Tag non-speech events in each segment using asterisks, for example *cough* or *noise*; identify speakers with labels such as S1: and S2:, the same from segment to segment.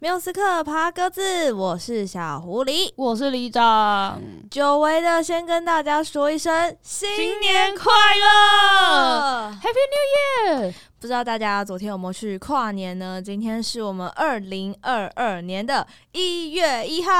S1: 缪斯克爬格子，我是小狐狸。
S2: 我是李长，
S1: 久违的，先跟大家说一声新
S2: 新
S1: 年
S2: 年快乐
S1: 乐！
S2: ，Happy New Year！
S1: 不知道大家昨天有没有去跨年呢？今天是我们二零二二年的一月一号，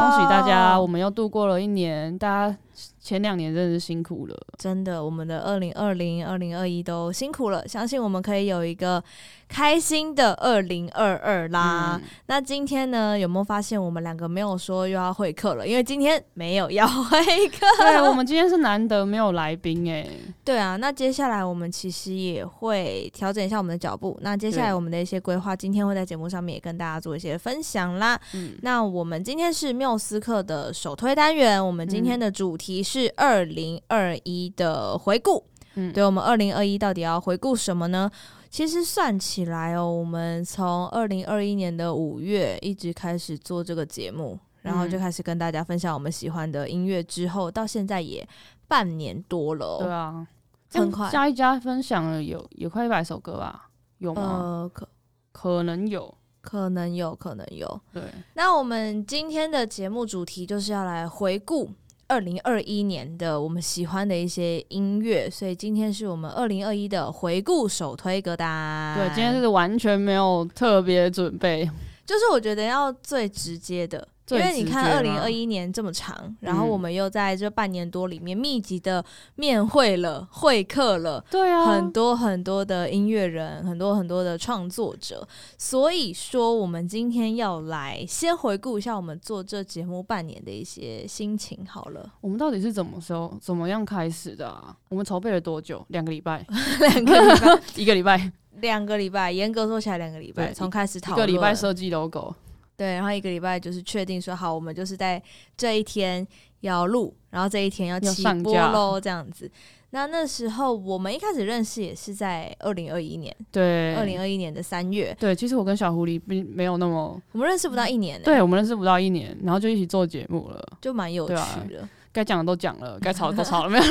S2: 恭
S1: 恭
S2: 喜大家，我！们又度过了一年，大家前两年真的是辛
S1: *laughs*
S2: 苦了。
S1: 真的，我们的二零二零、二零二一都辛苦了，相信我们可以有一个开心的二零二二啦。
S2: 嗯
S1: 那今天呢，有没有发现我们两个没有说又要会客了？因为今天没有要会客。
S2: 对啊我们今天是难得没有来宾哎、
S1: 对啊，那接下来我们其实也会调整一下我们的脚步。那接下来
S2: 对
S1: 我们的一些规划，今天会在节目上面也跟大家做一些分享啦。
S2: 嗯，
S1: 那我们今天是缪斯克的首推单元，我们今
S2: 嗯
S1: 天的主题是二零二一的回顾。
S2: 嗯
S1: 对我们二零二一到底要回顾什么呢？其实算起来哦，我们从二零二一年的五月一直开始做这个节目，然后就
S2: 嗯
S1: 开始跟大家分享我们喜欢的音乐，之后到现在也半年多了、哦。
S2: 对啊，
S1: 很快
S2: 加一加分享了有也快一百首歌吧？有吗？
S1: 呃，可
S2: 可能有。
S1: 可能有，可能有。
S2: 对，
S1: 那我们今天的节目主题就是要来回顾二零二一年的我们喜欢的一些音乐，所以今天是我们二零二一的回顾首推歌单。
S2: 对，今天是完全没有特别准备，
S1: 就是我觉得要最直接的。因
S2: 最
S1: 为你
S2: 直
S1: 看，
S2: 觉
S1: 二
S2: 吗
S1: 零二一年这么长，然后
S2: 嗯
S1: 我们又在这半年多里面密集的面会了、会客了，
S2: 对啊，
S1: 很多很多的音乐人，很多很多的创作者，所以说我们今天要来先回顾一下我们做这节目半年的一些心情好了， *laughs*
S2: 我们到底是怎么时候怎么样开始的啊？我们筹备了多久？两个礼拜，
S1: 两
S2: *laughs*
S1: 个礼拜，
S2: 一个礼拜，一
S1: 两个礼拜，严格说起来两个礼拜，
S2: 对
S1: 从开始 *laughs* 讨
S2: 个
S1: 论，
S2: 礼拜设计 logo，
S1: 对，然后一个礼拜就是确定说好，我们就是在这一天要录，然后这一天要
S2: 要
S1: 起
S2: 上
S1: 播
S2: 架
S1: 喽，这样子。那那时候我们一开始认识也是在二零二一年，
S2: 对，
S1: 二零二一年的三月，
S2: 对，其实我跟小狐狸并没有那么，
S1: 我们认识不到一年、欸，
S2: 嗯对我们认识不到一年，然后就一起做节目了，
S1: 就蛮有趣
S2: 对啊
S1: 的。
S2: 该讲的都讲了，该吵的都吵
S1: *laughs*
S2: 了，没有，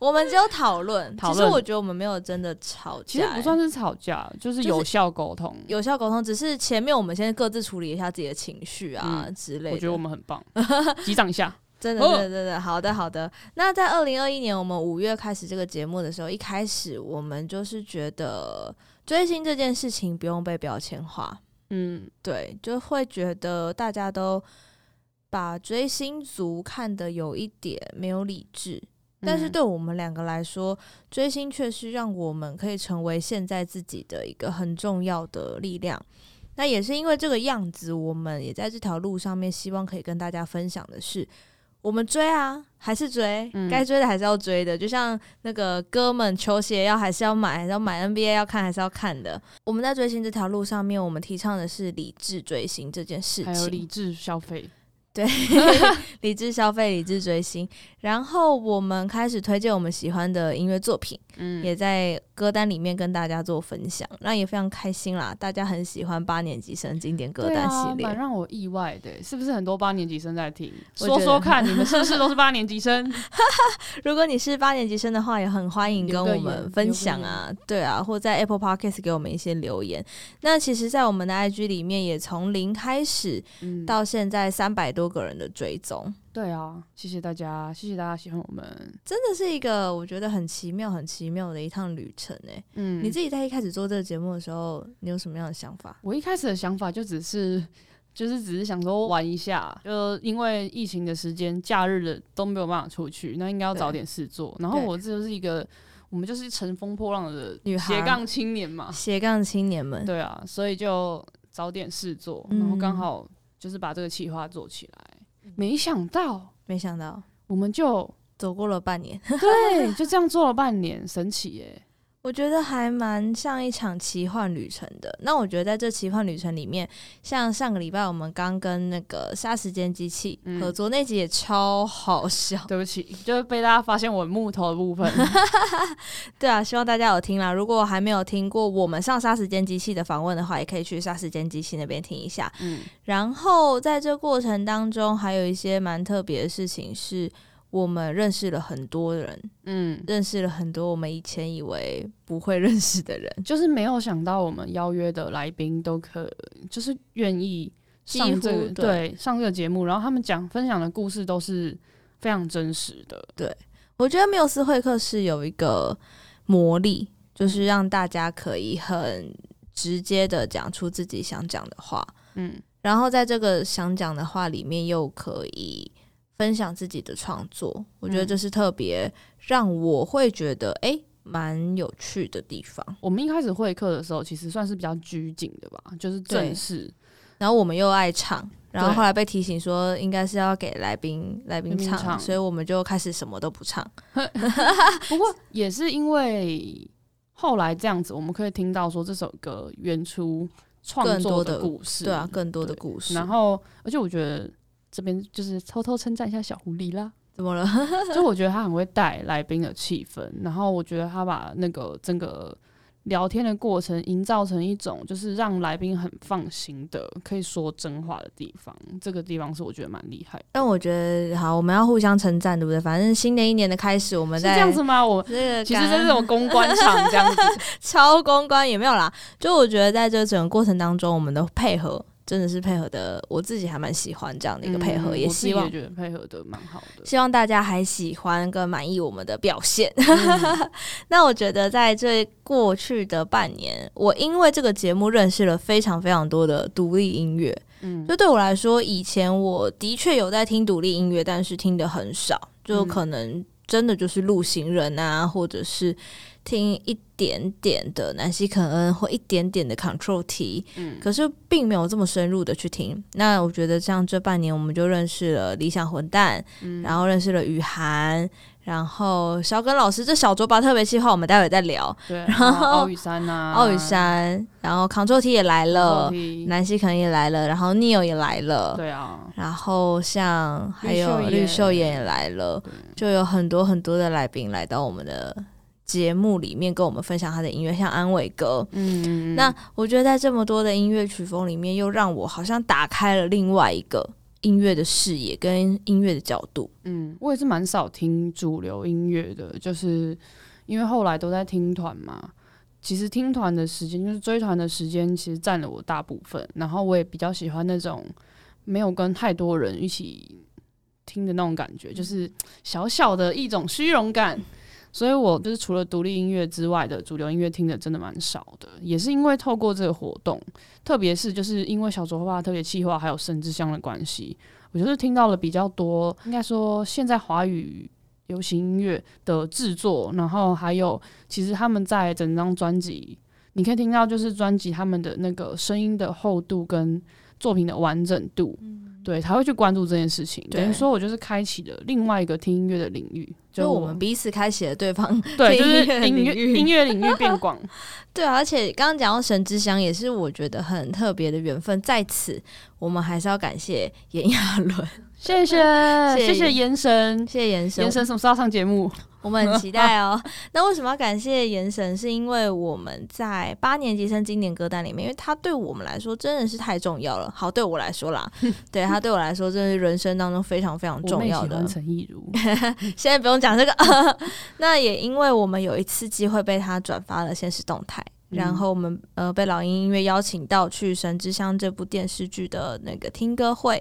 S1: 我们只有讨论，
S2: 讨
S1: 其
S2: 论
S1: 实我觉得我们没有真的吵架、
S2: 其实不算
S1: 欸
S2: 是吵架，就是
S1: 就是
S2: 有效沟通。
S1: 有效沟通，只是前面我们先各自处理一下自己的情绪啊、
S2: 嗯
S1: 之类的。
S2: 我觉得我们很棒，击掌
S1: *laughs*
S2: 一下。
S1: 真的，
S2: 哦
S1: 真的，真的，好的，好的。那在二零二一年我们五月开始这个节目的时候，一开始我们就是觉得追星这件事情不用被标签化，
S2: 嗯，
S1: 对，就会觉得大家都把追星族看得有一点没有理智，但是
S2: 嗯
S1: 对我们两个来说，追星却是让我们可以成为现在自己的一个很重要的力量。那也是因为这个样子，我们也在这条路上面，希望可以跟大家分享的是，我们追啊，还是追，
S2: 嗯
S1: 该追的还是要追的。就像那个哥们，球鞋要还是要买，还是要买 NBA 要看还是要看的。我们在追星这条路上面，我们提倡的是理智追星这件事情，
S2: 还有理智消费，
S1: 对， *laughs* 理智消费，理智追星。然后我们开始推荐我们喜欢的音乐作品，
S2: 嗯，
S1: 也在歌单里面跟大家做分享，那也非常开心啦。大家很喜欢八年级生经典歌
S2: 对
S1: 单
S2: 啊
S1: 系，列，
S2: 蛮让我意外的，欸是不是很多八年级生在听？
S1: 我觉
S2: 说
S1: 得
S2: 说看，你们是不是都是八年
S1: *laughs*
S2: 级生？
S1: 如果你是八年级生的话，也很欢迎跟
S2: 留个
S1: 我
S2: 言
S1: 们分享啊，对啊，或在 Apple Podcast 给我们一些留言。那其实，在我们的 IG 里面，也从零开始
S2: 嗯，
S1: 到现在三百多个人的追踪，
S2: 对啊，谢谢大家，谢谢大家喜欢我们。
S1: 真的是一个我觉得很奇妙、很奇妙的一趟旅程欸诶、
S2: 嗯，
S1: 你自己在一开始做这个节目的时候，你有什么样的想法？
S2: 我一开始的想法就只是，就是只是想说玩一下，就因为疫情的时间，假日的都没有办法出去，那应该要
S1: 对
S2: 找点事做。然后
S1: 对
S2: 我这就是一个，我们就是乘风破浪的
S1: 女孩
S2: 斜杠青年嘛，
S1: 斜杠青年们，
S2: 哦对啊，所以就找点事做，
S1: 嗯
S2: 然后刚好就是把这个企划做起来。没想到
S1: 没想到
S2: 我们就
S1: *laughs* 走过了半年， *laughs*
S2: 对，就这样做了半年，神奇耶、
S1: 我觉得还蛮像一场奇幻旅程的。那我觉得在这奇幻旅程里面，像上个礼拜我们刚跟那个《杀时间机器》
S2: 嗯
S1: 合作那集也超好笑，
S2: 对不起，就是被大家发现我木头
S1: *laughs*
S2: 的部分。
S1: 对啊，希望大家有听啦。如果还没有听过我们上《杀时间机器》的访问的话，也可以去《杀时间机器》那边听一下。
S2: 嗯，
S1: 然后在这过程当中，还有一些蛮特别的事情是。我们认识了很多人，
S2: 嗯，
S1: 认识了很多我们以前以为不会认识的人，
S2: 就是没有想到我们邀约的来宾都可，就是愿意上
S1: 几
S2: 这个
S1: 乎对
S2: 对上这个节目，然后他们讲分享的故事都是非常真实的，
S1: 我觉得缪斯会客是有一个魔力，就是让大家可以很直接的讲出自己想讲的话，
S2: 嗯
S1: 然后在这个想讲的话里面又可以分享自己的创作，我觉得
S2: 嗯
S1: 这是特别让我会觉得诶蛮有趣的地方。
S2: 我们一开始会客的时候，其实算是比较拘谨的吧，就是正式
S1: 然后我们又爱唱，然后
S2: 对
S1: 后来被提醒说应该是要给来宾来宾
S2: 来宾
S1: 唱，
S2: 唱
S1: 所以我们就开始什么都不唱。啊
S2: 不过也是因为后来这样子，我们可以听到说这首歌原初创作
S1: 更多的
S2: 故事，
S1: 对啊，更多的
S2: 对
S1: 故事。
S2: 然后，而且我觉得这边就是偷偷称赞一下小狐狸啦，
S1: 怎么了？
S2: *laughs* 就我觉得他很会带来宾的气氛，然后我觉得他把那个整个聊天的过程营造成一种就是让来宾很放心的可以说真话的地方，这个地方是我觉得蛮厉害的。
S1: 但我觉得好，我们要互相称赞，对不对？反正新的一年的开始，我们
S2: 是
S1: 在
S2: 这样子吗？我
S1: 这个
S2: 其实
S1: 感
S2: 在这种公关场这样子，
S1: *laughs* 超公关也没有啦。就我觉得在这整个过程当中，我们的配合真的是配合的，我自己还蛮喜欢这样的一个配合，
S2: 嗯
S1: 也
S2: 我自己
S1: 希望
S2: 也觉得配合的蛮好 *laughs* 的。
S1: 希望大家还喜欢跟满意我们的表现。
S2: 嗯
S1: 那我觉得在这过去的半年，我因为这个节目认识了非常非常多的独立音乐。
S2: 嗯
S1: 就对我来说，以前我的确有在听独立音乐，但是听的很少，就
S2: 嗯
S1: 可能真的就是陆行人啊，或者是听一点点的南希肯恩或一点点的 Control T，
S2: 嗯
S1: 可是并没有这么深入的去听。那我觉得像这半年，我们就认识了理想混蛋，
S2: 嗯
S1: 然后认识了雨涵。然后小耿老师这小桌吧特别计划，我们待会再聊。
S2: 对，啊然
S1: 后
S2: 后奥雨山呐，
S1: 奥雨山，然后 Control T 也来了，
S2: T，
S1: 南希肯也来了，然后 Neil 也来了，
S2: 对啊，
S1: 然后像还有
S2: 绿秀妍
S1: 绿秀妍也来了，就有很多很多的来宾来到我们的节目里面，跟我们分享他的音乐，像安伟哥。
S2: 嗯，
S1: 那我觉得在这么多的音乐曲风里面，又让我好像打开了另外一个音乐的视野跟音乐的角度。
S2: 嗯，我也是蛮少听主流音乐的，就是因为后来都在听团嘛。其实听团的时间，就是追团的时间，其实占了我大部分。然后我也比较喜欢那种没有跟太多人一起听的那种感觉，就是小小的一种虚荣感。所以我就是除了独立音乐之外的主流音乐听的真的蛮少的，也是因为透过这个活动，特别是就是因为小卓化特别企划还有甚至相的关系，我就是听到了比较多，应该说现在华语流行音乐的制作，然后还有其实他们在整张专辑，你可以听到就是专辑他们的那个声音的厚度跟作品的完整度，对，他会去关注这件事情，
S1: 嗯对
S2: 等于说我就是开启了另外一个听音乐的领域，
S1: 就我们彼此开启 *laughs* 了对方，
S2: 对，就
S1: 听音
S2: 是
S1: 乐的领
S2: 音乐
S1: 域
S2: 音乐领域变广，
S1: 对啊，而且刚刚讲到神之乡，也是我觉得很特别的缘分。在此，我们还是要感谢炎亚纶，
S2: *laughs*
S1: *laughs*
S2: 谢谢
S1: 谢
S2: 谢谢延神，
S1: 谢谢延伸
S2: 延神什么时候上节目？
S1: 我们很期待哦。 *laughs* 那为什么要感谢岩神？是因为我们在八年级生经典歌单里面，因为它对我们来说真的是太重要了。好，对我来说啦，对它对我来说，真的是人生当中非常非常
S2: 我
S1: 重
S2: 妹
S1: 要
S2: 喜
S1: 的
S2: 欢。陈亦如，
S1: 现在不用讲这个。
S2: 嗯
S1: *laughs* 那也因为我们有一次机会被他转发了现实动态。
S2: 嗯
S1: 然后我们呃被老鹰音乐邀请到去《神之乡》这部电视剧的那个听歌会，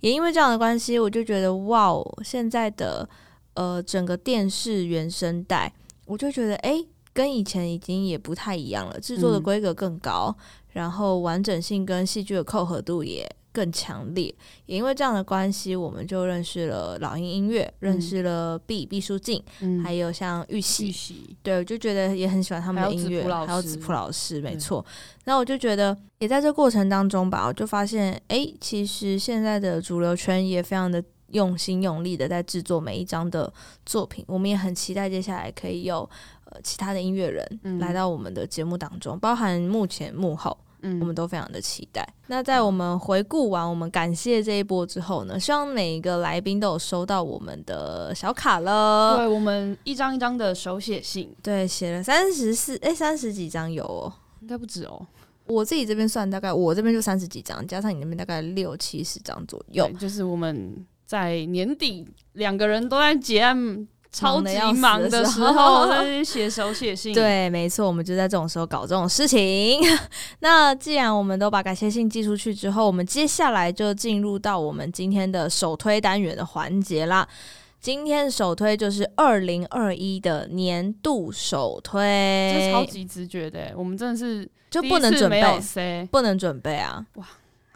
S1: 也因为这样的关系，我就觉得哇哦，现在的呃整个电视原声带，我就觉得诶，跟以前已经也不太一样了，制作的
S2: 嗯
S1: 规格更高，然后完整性跟戏剧的扣合度也更强烈。也因为这样的关系，我们就认识了老鹰音乐，认识了毕毕书尽，*laughs*
S2: 嗯
S1: 还有像嗯玉
S2: 续
S1: 玺，
S2: 习，
S1: 对，我就觉得也很喜欢他们的音乐，还
S2: 还
S1: 有
S2: 有
S1: 子
S2: 子
S1: 普
S2: 普
S1: 老师，没
S2: 对
S1: 错。那我就觉得也在这过程当中吧，我就发现，诶，其实现在的主流圈也非常的用心用力的在制作每一张的作品，我们也很期待接下来可以有呃其他的音乐人
S2: 嗯
S1: 来到我们的节目当中，包含幕前幕后。
S2: 嗯
S1: 我们都非常的期待。那在我们回顾完我们感谢这一波之后呢，希望每一个来宾都有收到我们的小卡了。
S2: 对我们一张一张的手写信，
S1: 对，写了三十四，哎，三十几张有哦。
S2: 应该不止哦，
S1: 我自己这边算，大概我这边就三十几张，加上你那边大概六七十张左右
S2: 对。就是我们在年底两个人都在结案超
S1: 忙得
S2: 级
S1: 要死
S2: 忙
S1: 的
S2: 的
S1: 时
S2: 时
S1: 候
S2: 候，在那边写手写
S1: *laughs*
S2: 信，
S1: 对，没错，我们就在这种时候搞这种事情。 *laughs* 那既然我们都把感谢信寄出去之后，我们接下来就进入到我们今天的首推单元的环节啦。今天的首推就是二零二一的年度首
S2: 这超
S1: 推，
S2: 级直觉的欸，我们真的是
S1: 就
S2: 第
S1: 不
S2: 一
S1: 能
S2: 次
S1: 准
S2: 没有
S1: 备，
S2: 塞，
S1: 不能准备啊！
S2: 哇，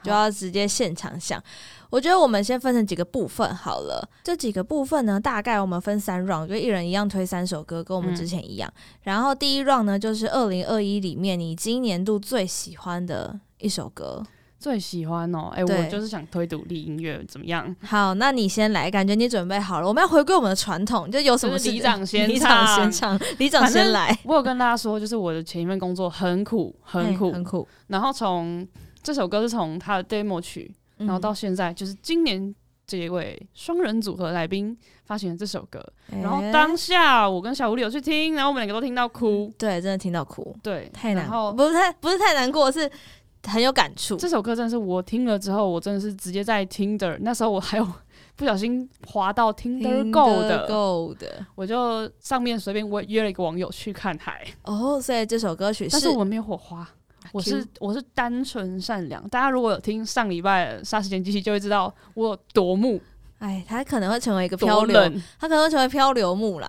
S1: 就要直接现场想。我觉得我们先分成几个部分好了，这几个部分呢，大概我们分三 round，就一人一样推三首歌，跟我们
S2: 嗯
S1: 之前一样。然后第一 round 呢，就是二零二一里面你今年度最喜欢的一首歌。
S2: 最喜欢哦，哎，
S1: 对
S2: 我就是想推独立音乐，怎么样？
S1: 好，那你先来，感觉你准备好了。我们要回归我们的传统，就有什么
S2: 就是
S1: 事
S2: 里长先
S1: 里长先
S2: 唱
S1: 唱，里长
S2: 反
S1: 先
S2: 正
S1: 来，
S2: 我有跟大家说，就是我的前一份工作很苦，很
S1: 哎
S2: 苦，
S1: 很苦。
S2: 然后从这首歌是从他的 demo 曲，
S1: 嗯
S2: 然后到现在就是今年这一位双人组合来宾发行了这首歌，然后
S1: 哎
S2: 当下我跟小狐狸有去听，然后我们两个都听到哭，
S1: 对，真的听到哭，
S2: 对，
S1: 嗯太难
S2: 然
S1: 过，
S2: 后
S1: 不是太不是太难过，是很有感触。
S2: 这首歌真的是我听了之后，我真的是直接在 Tinder，那时候我还有 *laughs* 不小心滑到 Tinder Go 的，
S1: 嗯够的
S2: 我就上面随便我约了一个网友去看海，
S1: 哦，所以这首歌曲
S2: 但
S1: 是啊
S2: 是我没有火花。我是我是单纯善良，大家如果有听上礼拜的《杀时间机器》，就会知道我有多木
S1: 哎，它可能会成为一个漂
S2: 多
S1: 流，
S2: 冷
S1: 它可能会成为漂流木啦。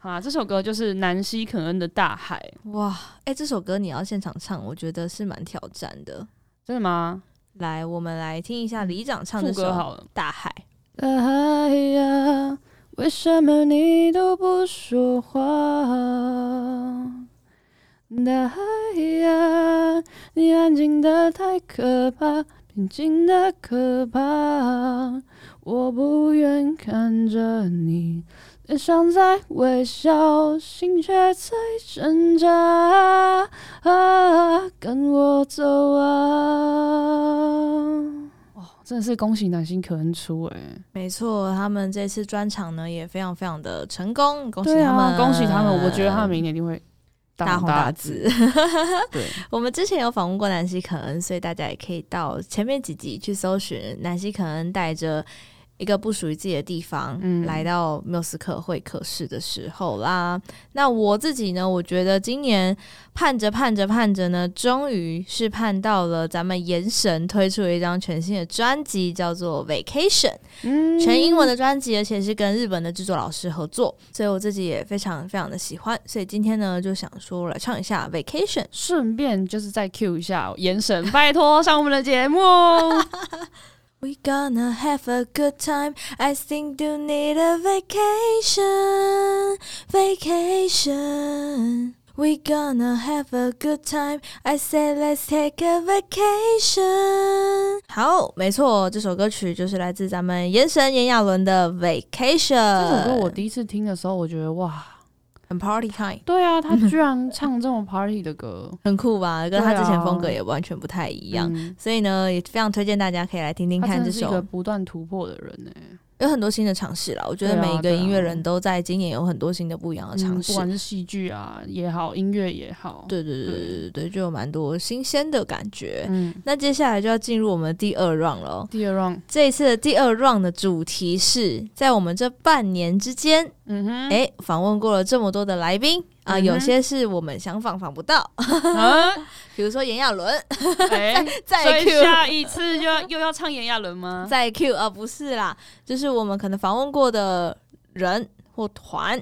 S2: 啊！这首歌就是南希肯恩的《大海
S1: 哇，哎、这首歌你要现场唱，我觉得是蛮挑战的。》，
S2: 真的吗？
S1: 来，我们来听一下李长唱
S2: 副
S1: 这首
S2: 歌
S1: 《
S2: 好了，
S1: 大海》。
S2: 大海哎呀，为什么你都不说话？大海哎呀，你安静的太可怕，平静的可怕。我不愿看着你，脸上在微笑，心却在挣扎。啊，跟我走啊！真的是恭喜南星可恩出哎、
S1: 没错，他们这次专场呢也非常非常的成功，恭喜
S2: 对
S1: 他们，
S2: 啊，恭喜他们！我觉得他们明年一定会
S1: 大红
S2: 红大
S1: 大
S2: 紫。
S1: 紫。
S2: 对，
S1: *laughs* 我们之前有访问过南希肯恩，所以大家也可以到前面几集去搜寻南希肯恩带着一个不属于自己的地方，
S2: 嗯
S1: 来到缪斯克会客室的时候啦。那我自己呢，我觉得今年盼着盼着盼着呢，终于是盼到了咱们岩神推出了一张全新的专辑，叫做《Vacation》。
S2: 嗯
S1: 全英文的专辑，而且是跟日本的制作老师合作，所以我自己也非常非常的喜欢。所以今天呢，就想说来唱一下《Vacation》。
S2: 顺便就是再 Q 一下眼神，拜托上我们的
S1: *laughs*
S2: 节目。
S1: 呃 We gonna have a good time. I think you need a vacation. Vacation. We gonna have a good time. I say let's take a vacation. 好，没错，这首歌曲就是来自咱们岩神炎亚纶的 Vacation。
S2: 这首歌我第一次听的时候，我觉得哇，
S1: 很 party kind，
S2: 对啊，他居然唱这种 party 的歌，
S1: 很酷吧？跟他
S2: 对啊
S1: 之前风格也完全不太一
S2: 一
S1: 样。所以呢，也非常推荐大家可以来听听
S2: 他
S1: 看
S2: 真
S1: 这
S2: 的是一个
S1: 首，
S2: 不断突破的人欸呢、
S1: 有很多新的尝试啦。我觉得
S2: 对啊
S1: 每一个
S2: 对啊
S1: 音乐人都在今年有很多新的不一样的哦尝
S2: 嗯，
S1: 试
S2: 不。管是戏剧啊也好，音乐也好，，
S1: 对对对对对对，就有蛮多新鲜的感觉。
S2: 嗯。
S1: 那接下来就要进入我们的第二 round 了。
S2: 第二 round，
S1: 这一次的第二 round 的主题是在我们这半年之间，
S2: 嗯哼，
S1: 哎、访问过了这么多的来宾啊、
S2: 嗯哼
S1: 有些是我们想访访不到，
S2: 啊
S1: *laughs* 比如说炎亚纶，
S2: 哎，所
S1: 再
S2: 以
S1: Q
S2: 下一次就要又要唱炎亚纶吗？
S1: 再 Q 啊，不是啦，就是我们可能访问过的人或团。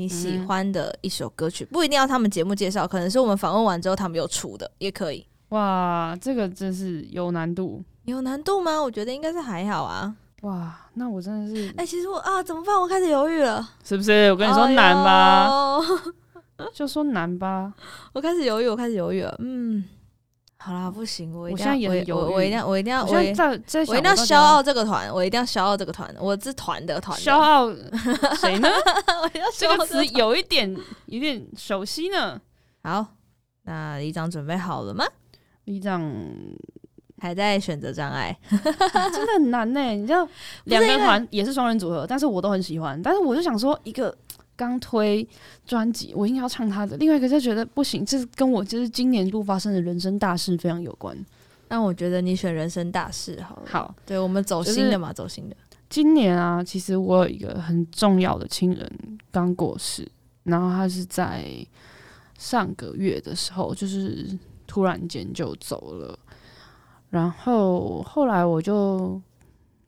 S1: 你喜
S2: 嗯
S1: 欢的一首歌曲，不一定要他们节目介绍，可能是我们访问完之后他们有出的，也可以。
S2: 哇，这个真是有难度
S1: 有难度吗？我觉得应该是还好啊。
S2: 哇！那我真的是
S1: 哎、其实我啊，怎么办？我开始犹豫了。
S2: *laughs* 是不是？我
S1: 我
S2: 跟你说难吧，
S1: 哦、
S2: 就说难吧。
S1: 我开始犹豫，我开始犹豫了。嗯，好啦，不行，我一
S2: 我
S1: 定要，
S2: 现在也
S1: 我
S2: 很犹
S1: 我我
S2: 豫
S1: 一定要，我一定要，
S2: 我
S1: 我
S2: 现
S1: 一
S2: 在在在
S1: 我
S2: 想
S1: 一定要
S2: 到底
S1: 消傲这个团，我一定要消傲这个团，我是团的团的，*laughs*
S2: 消傲谁呢？
S1: 我一定要
S2: 这
S1: 消傲
S2: 个
S1: 团
S2: 词有一点有点熟悉呢。
S1: 好，那李长准备好了吗？
S2: 李长
S1: 还在选择障碍，
S2: 哎真的很难呢、你知道两个团也是双人组合，但是我都很喜欢。但是我就想说，一个刚推专辑，我应该要唱他的；另外一个就觉得不行，这跟我就是今年度发生的人生大事非常有关。
S1: 但我觉得你选人生大事好了。
S2: 好，
S1: 对我们走
S2: 就是
S1: 新的嘛，走新的。
S2: 今年啊，其实我有一个很重要的亲人刚过世，然后他是在上个月的时候，就是突然间就走了。然后后来我就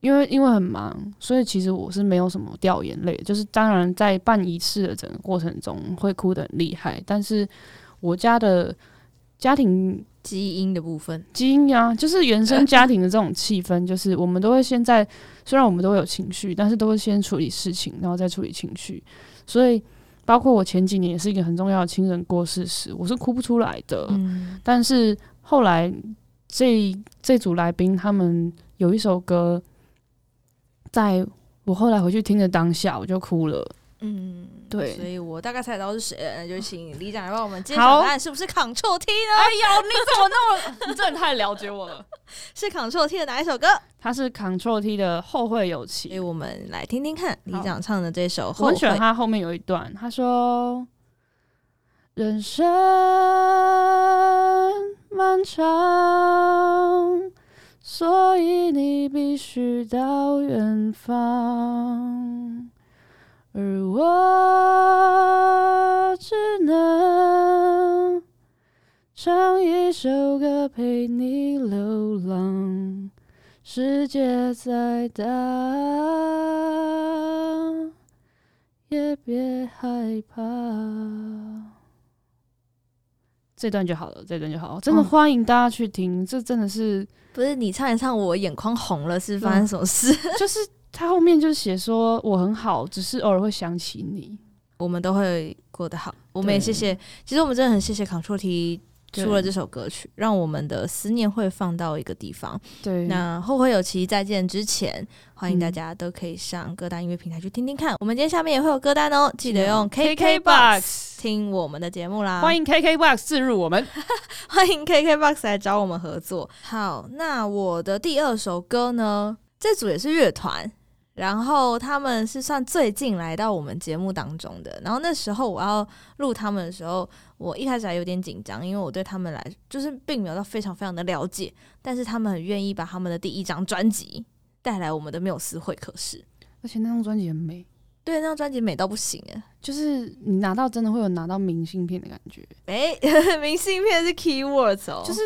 S2: 因为因为很忙，所以其实我是没有什么掉眼泪，就是当然在办仪式的整个过程中会哭得很厉害，但是我家的家庭
S1: 基因的部分，
S2: 基因啊，就是原生家庭的这种气氛，就是我们都会先在，虽然我们都会有情绪，但是都会先处理事情，然后再处理情绪。所以，包括我前几年也是一个很重要的亲人过世时，我是哭不出来的。
S1: 嗯，
S2: 但是后来这这组来宾他们有一首歌，在我后来回去听的当下，我就哭了。
S1: 嗯，
S2: 对
S1: 所以我大概猜得到是谁了，那就请李长来帮我们揭
S2: 好
S1: 晓答案是不是 Ctrl T 呢？
S2: 哎呦，你怎么那么，你真的太了解我了。
S1: 是 Ctrl T 的哪一首歌？
S2: *laughs* 他是 Control T 的《后会有期
S1: 所以》，我们来听听看李
S2: 好
S1: 长唱的这首《
S2: 我
S1: 后
S2: 很
S1: 悔
S2: 喜》欢。他后面有一段，他说：“人生漫长，所以你必须到远方，而我只能唱一首歌陪你流浪，世界再大。”也别害怕。这段就好了，这段就好了。真的
S1: 嗯
S2: 欢迎大家去听，这真
S1: *laughs*
S2: 的是，
S1: 不是你唱一唱，我眼眶红了，是发生什么事？
S2: 就是他后面就写说我很好，只是偶尔会想起你。
S1: *laughs* 我们都会过得好。我们也
S2: 对
S1: 谢谢，其实我们真的很谢谢 Ctrl T
S2: 对
S1: 出了这首歌曲，让我们的思念会放到一个地方。
S2: 对，
S1: 那后会有期再见之前，欢迎大
S2: 嗯
S1: 家都可以上各大音乐平台去听听看。我们今天下面也会有歌单哦，记得用 KKBOX
S2: KKBox
S1: 听我们的节目啦。
S2: 欢迎 KKBox 置入
S1: *laughs*
S2: 我们。
S1: 欢迎 KKBOX 来找我们合作。好，那我的第二首歌呢，这组也是乐团，然后他们是算最近来到我们节目当中的。然后那时候我要录他们的时候，我一开始还有点紧张，因为我对他们来就是并没有到非常非常的了解，但是他们很愿意把他们的第一张专辑带来我们的缪斯会客室。
S2: 而且那张专辑很美，
S1: 对，那张专辑美到不行哎。
S2: 就是你拿到真的会有拿到明信片的感觉。
S1: 哎、 *laughs* 明信片是 keywords 哦，
S2: 就是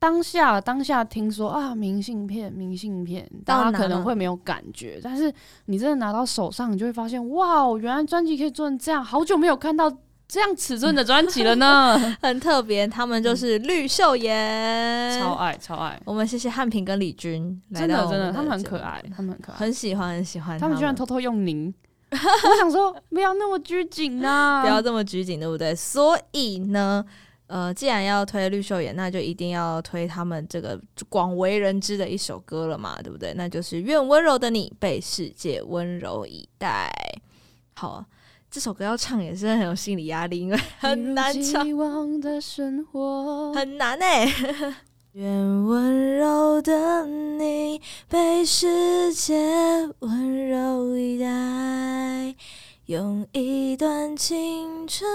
S2: 当下当下听说啊，明信片，明信片，
S1: 到
S2: 大
S1: 哪
S2: 家可能
S1: 了
S2: 会没有感觉，但是你真的拿到手上，你就会发现，哇，原来专辑可以做成这样，好久没有看到这样尺寸的专辑
S1: *laughs*
S2: 了呢，
S1: 很特别。他们就是绿秀妍，
S2: 超爱超爱，
S1: 我们谢谢汉平跟李军来
S2: 真
S1: 到
S2: 的
S1: 我
S2: 真
S1: 嗯
S2: 的，
S1: 的
S2: 他们很
S1: 节目
S2: 可爱，他们很可爱，
S1: 很哦喜欢，很喜欢
S2: 他们
S1: 们
S2: 居然偷偷用您，我想说不要那么拘谨啊呐、
S1: *laughs* 不要这么拘谨，对不对？所以呢，呃，既然要推绿秀妍，那就一定要推他们这个广为人知的一首歌了嘛，对不对？那就是《愿温柔的你被世界温柔以待》。好、啊，这首歌要唱也是很有心理压力，因为很难
S2: 一如
S1: 唱。
S2: 既往的生活，
S1: 很难哎、 *laughs* 愿温柔的你被世界温柔以待，用一段青春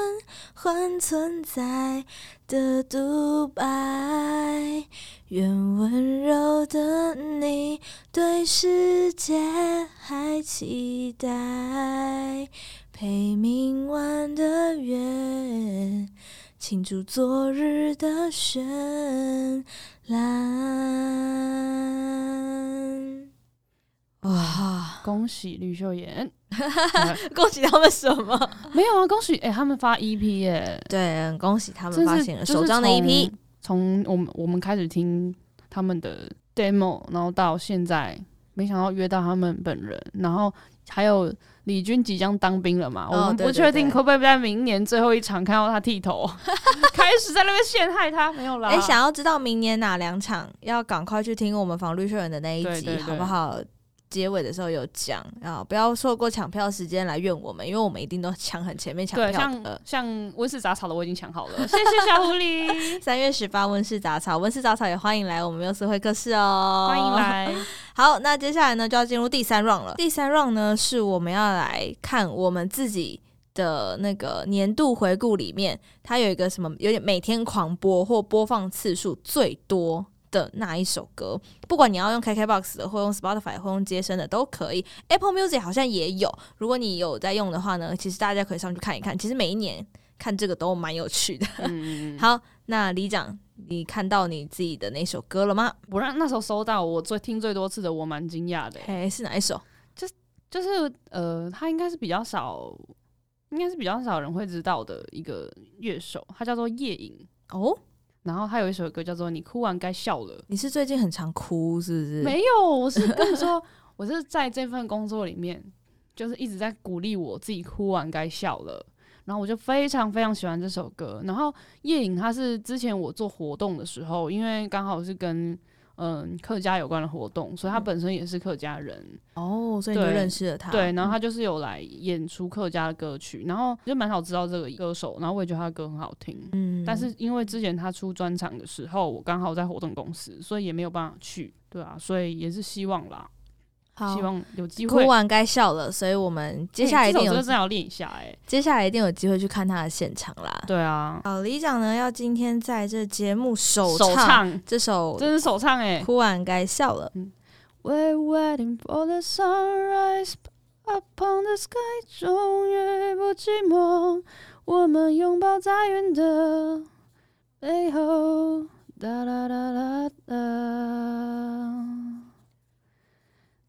S1: 换存在的独白。愿温柔的你对世界还期待，陪明晚的月。庆祝昨日的绚烂。哇！
S2: 恭喜吕
S1: *laughs*
S2: 秀妍，
S1: 恭喜他们什么？
S2: 没有啊，恭喜哎、他们发 EP 耶、
S1: 对，很恭喜他
S2: 这
S1: 们
S2: 是
S1: 发行了
S2: 就是
S1: 首张的 E 一批。
S2: 从我们我们开始听他们的 demo，然后到现在，没想到约到他们本人，然后还有李军即将当兵了嘛，
S1: 哦
S2: 我们
S1: 对
S2: 不
S1: 对
S2: 确定
S1: 对
S2: 会不会在明年最后一场看到他
S1: *laughs*
S2: 剃头，开始在那边陷害他，没有啦。
S1: 哎、想要知道明年哪两场，要赶快去听我们防绿秀人的那一集，
S2: 对对对
S1: 好不好？结尾的时候有讲啊，不要错过抢票时间来怨我们，因为我们一定都抢很前面抢
S2: 对，
S1: 票
S2: 像
S1: 的。
S2: 像温室杂草的我已经抢好了，谢谢小狐狸，
S1: 三月十八温室杂草，温室杂草也欢迎来我们缪斯会客室 *laughs* 哦，
S2: 欢迎来。
S1: 好，那接下来呢就要进入第三 round 了。第三 round 呢是我们要来看我们自己的那个年度回顾里面，它有一个什么有点每天狂播或播放次数最多的那一首歌，不管你要用 KKBOX 的，或用 Spotify，或用接生的都可以。Apple Music 好像也有，如果你有在用的话呢，其实大家可以上去看一看。其实每一年看这个都蛮有趣的。 *laughs* 好，那李长，你看到你自己的那首歌了吗？
S2: 我让那时候收到我最听最多次的，我蛮惊讶的欸、
S1: 哎，是哪一首？
S2: 就是呃，他应该是比较少，应该是比较少人会知道的一个乐手，他叫做夜影，
S1: 哦，
S2: 然后他有一首歌叫做《你哭完该笑了
S1: 你是最近很常哭是不》，是？
S2: 没有，我是跟你说， *laughs* 我是在这份工作里面，就是一直在鼓励我自己哭完该笑了。然后我就非常非常喜欢这首歌。然后夜影，它是之前我做活动的时候，因为刚好是跟嗯客家有关的活动，所以他
S1: 嗯
S2: 本身也是客家人。
S1: 哦，所以你就
S2: 对
S1: 认识了他。
S2: 对，然
S1: 嗯
S2: 后他就是有来演出客家的歌曲，然后就蛮少知道这个歌手，然后我也觉得他的歌很好听。
S1: 嗯
S2: 但是因为之前他出专场的时候，我刚好在活动公司，所以也没有办法去，对啊，所以也是希望啦，
S1: 好
S2: 希望有机
S1: 哭
S2: 会。
S1: 完该笑了，所以我们接下来
S2: 欸
S1: 一定
S2: 这首
S1: 有、
S2: 歌真的要练一下哎、
S1: 接下来一定有机会去看他的现场啦。
S2: 对啊，
S1: 好，李长呢要今天在这节目首
S2: 手唱，
S1: 这首
S2: 真是手唱哎、
S1: 《哭完该笑了》。
S2: We're waiting for the sunrise upon the sky，终于不寂寞。我们拥抱在云的背后，哒哒哒哒哒。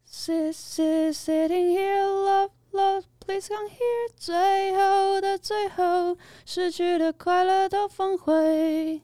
S2: Sit, sit, sitting here, love, love, please come here。最后的最后，失去的快乐都放回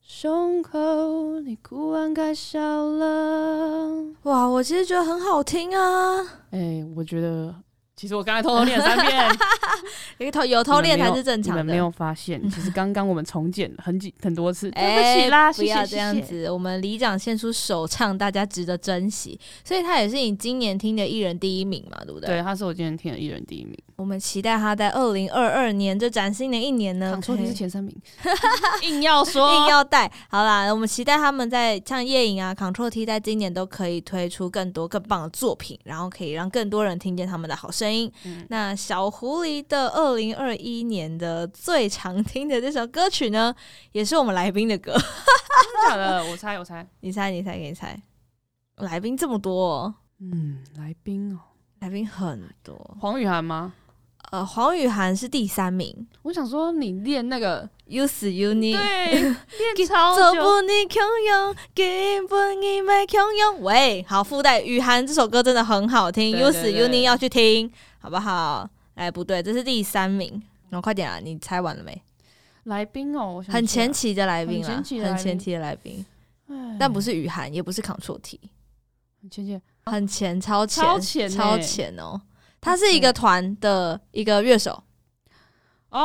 S2: 胸口，你哭完该笑了。
S1: 哇，我其实觉得很好听啊，
S2: 哎、我觉得其实我刚才偷偷练了三遍， *laughs*
S1: 有头有偷练才是正常
S2: 你们没
S1: 的。
S2: 有。你们没有发现，其实刚刚我们重剪了很几很
S1: *laughs*
S2: 多次，
S1: 哎
S2: 对不起啦，
S1: 不要这样
S2: 谢谢。谢谢
S1: 子，我们里长献出首唱，大家值得珍惜，所以他也是你今年听的艺人第一名嘛，对不对？
S2: 对，他是我今天听的艺人第一名。
S1: 我们期待他在二零二二年这崭新的一年呢，
S2: 想说
S1: 可以
S2: 你是前
S1: *laughs*
S2: 三名， *laughs* 硬要说，
S1: 嗯硬要带。好啦，我们期待他们在像夜影啊、Control T 在今年都可以推出更多更棒的作品，然后可以让更多人听见他们的好声音。
S2: 嗯
S1: 那小狐狸的二零二一年的最常听的这首歌曲呢，也是我们来宾的歌。 *laughs*
S2: 真的假的？我猜，我猜，
S1: 你猜，你猜，给你猜。来宾这么多、哦，
S2: 嗯，来宾哦，
S1: 来宾很多。
S2: 黄雨涵吗？
S1: 呃，黄雨涵是第三名
S2: 我想说你练那个，
S1: ，You s You *laughs* Need。
S2: 对，练
S1: 做
S2: 超久，
S1: 不你强用，给不你没强用。喂，好，附带雨涵这首歌真的很好听
S2: 对
S1: ，You
S2: 对
S1: s
S2: 对
S1: You need 要去听，好不好？哎，不对，这是第三名。然后快点啊！你猜完了没？
S2: 来宾哦，我想
S1: 很
S2: 起来
S1: 前期的来宾嗯啦，
S2: 很前期的来
S1: 很
S2: 宾
S1: 前期的来宾，
S2: 了，
S1: 但不是雨涵，也不是 Control T，
S2: 哎很前期，
S1: 很前，超前，
S2: 超前欸
S1: 超前哦！他是一个团的一个乐手，
S2: 哦，